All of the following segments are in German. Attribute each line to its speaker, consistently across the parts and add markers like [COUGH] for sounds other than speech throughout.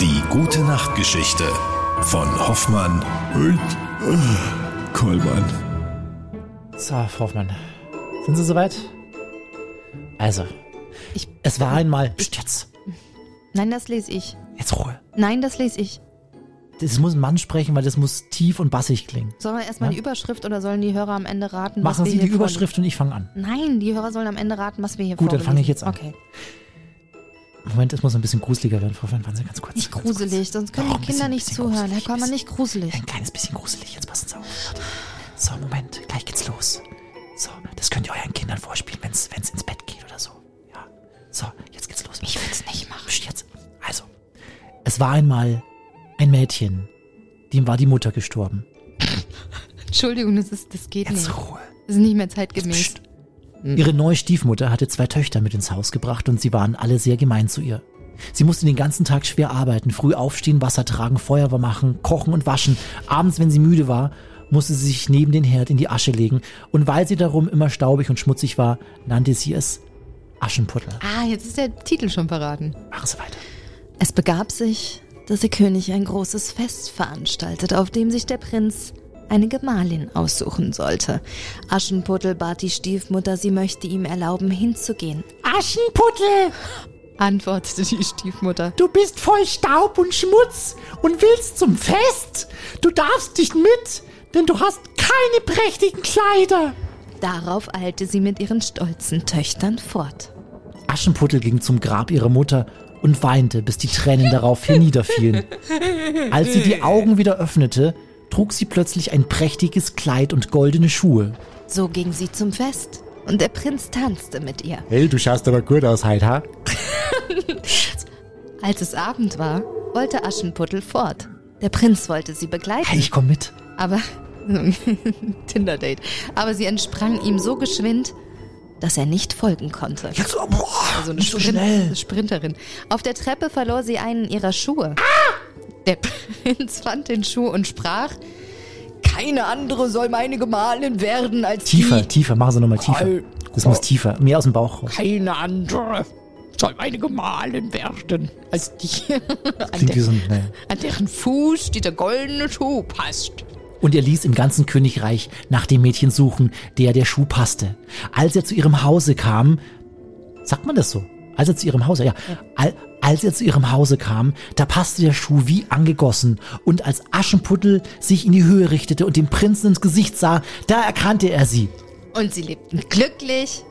Speaker 1: Die gute Nachtgeschichte von Hoffmann und äh, Kollmann.
Speaker 2: So, Frau Hoffmann, sind Sie soweit? Also,
Speaker 3: Ich-
Speaker 2: es war einmal. Psst, jetzt,
Speaker 3: Nein, das lese ich.
Speaker 2: jetzt Ruhe.
Speaker 3: Nein, das lese ich.
Speaker 2: Das muss ein Mann sprechen, weil das muss tief und bassig klingen.
Speaker 3: Sollen wir erstmal
Speaker 2: Ja.
Speaker 3: die Überschrift oder sollen die Hörer am Ende raten,
Speaker 2: Machen
Speaker 3: was wir
Speaker 2: Sie die
Speaker 3: hier vorlesen?
Speaker 2: Überschrift und ich fange an.
Speaker 3: Nein, die Hörer sollen am Ende raten, was wir hier
Speaker 2: Gut, dann fange ich
Speaker 3: vorlesen.
Speaker 2: jetzt an.
Speaker 3: Okay.
Speaker 2: Moment, es muss ein bisschen gruseliger werden, Frau Fan. Warten Sie ganz kurz.
Speaker 3: Nicht
Speaker 2: ganz kurz.
Speaker 3: gruselig, sonst können
Speaker 2: Doch,
Speaker 3: die
Speaker 2: ein
Speaker 3: Kinder
Speaker 2: Oh, bisschen-
Speaker 3: nicht
Speaker 2: bisschen
Speaker 3: zuhören. Herr
Speaker 2: gruselig,
Speaker 3: Kollmann,
Speaker 2: bisschen-
Speaker 3: nicht gruselig.
Speaker 2: Ein kleines bisschen gruselig. Jetzt passen Sie auf. So, Moment. Gleich geht's los. So, das könnt ihr euren Kindern vorspielen, wenn es ins Bett geht oder so. Ja. So, jetzt geht's los. Ich will's nicht machen. Jetzt. Also, es war einmal ein Mädchen, dem war die Mutter gestorben.
Speaker 3: Entschuldigung, das, ist, das geht
Speaker 2: Jetzt
Speaker 3: nicht.
Speaker 2: Ruhe.
Speaker 3: Das ist nicht mehr zeitgemäß.
Speaker 2: Psst. Ihre neue Stiefmutter hatte zwei Töchter mit ins Haus gebracht und sie waren alle sehr gemein zu ihr. Sie musste den ganzen Tag schwer arbeiten, früh aufstehen, Wasser tragen, Feuerwehr machen, kochen und waschen. Abends, wenn sie müde war, musste sie sich neben den Herd in die Asche legen. Und weil sie darum immer staubig und schmutzig war, nannte sie es Aschenputtel.
Speaker 3: Ah, jetzt ist der Titel schon verraten.
Speaker 2: Machen Sie weiter.
Speaker 3: Es begab sich, dass der König ein großes Fest veranstaltet, auf dem sich der Prinz eine Gemahlin aussuchen sollte. Aschenputtel bat die Stiefmutter, sie möchte ihm erlauben, hinzugehen.
Speaker 2: Aschenputtel,
Speaker 3: Antwortete die Stiefmutter.
Speaker 2: du bist voll Staub und Schmutz und willst zum Fest. Du darfst nicht mit, denn du hast keine prächtigen Kleider.
Speaker 3: Darauf eilte sie mit ihren stolzen Töchtern fort.
Speaker 2: Aschenputtel ging zum Grab ihrer Mutter und weinte, bis die Tränen darauf herniederfielen. Als sie die Augen wieder öffnete, trug sie plötzlich ein prächtiges Kleid und goldene Schuhe.
Speaker 3: So ging sie zum Fest und der Prinz tanzte mit ihr.
Speaker 2: Hey, du schaust aber gut aus, Heid, ha?
Speaker 3: Als es Abend war, wollte Aschenputtel fort. Der Prinz wollte sie begleiten.
Speaker 2: Hey, ich komm mit.
Speaker 3: Aber [LAUGHS] Tinder-Date. Aber sie entsprang ihm so geschwind, dass er nicht folgen konnte.
Speaker 2: Jetzt, oh, boah,
Speaker 3: Also eine
Speaker 2: nicht so
Speaker 3: Sprint-
Speaker 2: schnell.
Speaker 3: Sprinterin. Auf der Treppe verlor sie einen ihrer Schuhe. Der Prinz fand den Schuh und sprach: Keine andere soll meine Gemahlin werden als
Speaker 2: Tiefer,
Speaker 3: die.
Speaker 2: tiefer, machen Sie nochmal tiefer. Das muss tiefer, mehr aus dem Bauch raus.
Speaker 4: keine andere soll meine Gemahlin werden als die, an,
Speaker 2: Klingt wie
Speaker 4: der,
Speaker 2: so ein, naja.
Speaker 4: an deren Fuß dieser goldene Schuh passt.
Speaker 2: Und er ließ im ganzen Königreich nach dem Mädchen suchen, der der Schuh passte. Als er zu ihrem Hause kam, sagt man das so? Als er zu ihrem Hause, ja, al- als er zu ihrem Hause kam, da passte der Schuh wie angegossen. Und als Aschenputtel sich in die Höhe richtete und dem Prinzen ins Gesicht sah, da erkannte er sie.
Speaker 3: Und sie lebten glücklich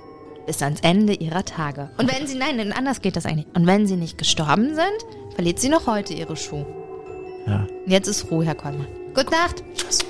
Speaker 3: bis ans Ende ihrer Tage. Und wenn sie, nein, denn anders geht das eigentlich. Und wenn sie nicht gestorben sind, verliert sie noch heute ihre Schuhe.
Speaker 2: Ja.
Speaker 3: Und Jetzt ist Ruhe, Herr Kollmann. Gute Nacht.
Speaker 2: Tschüss.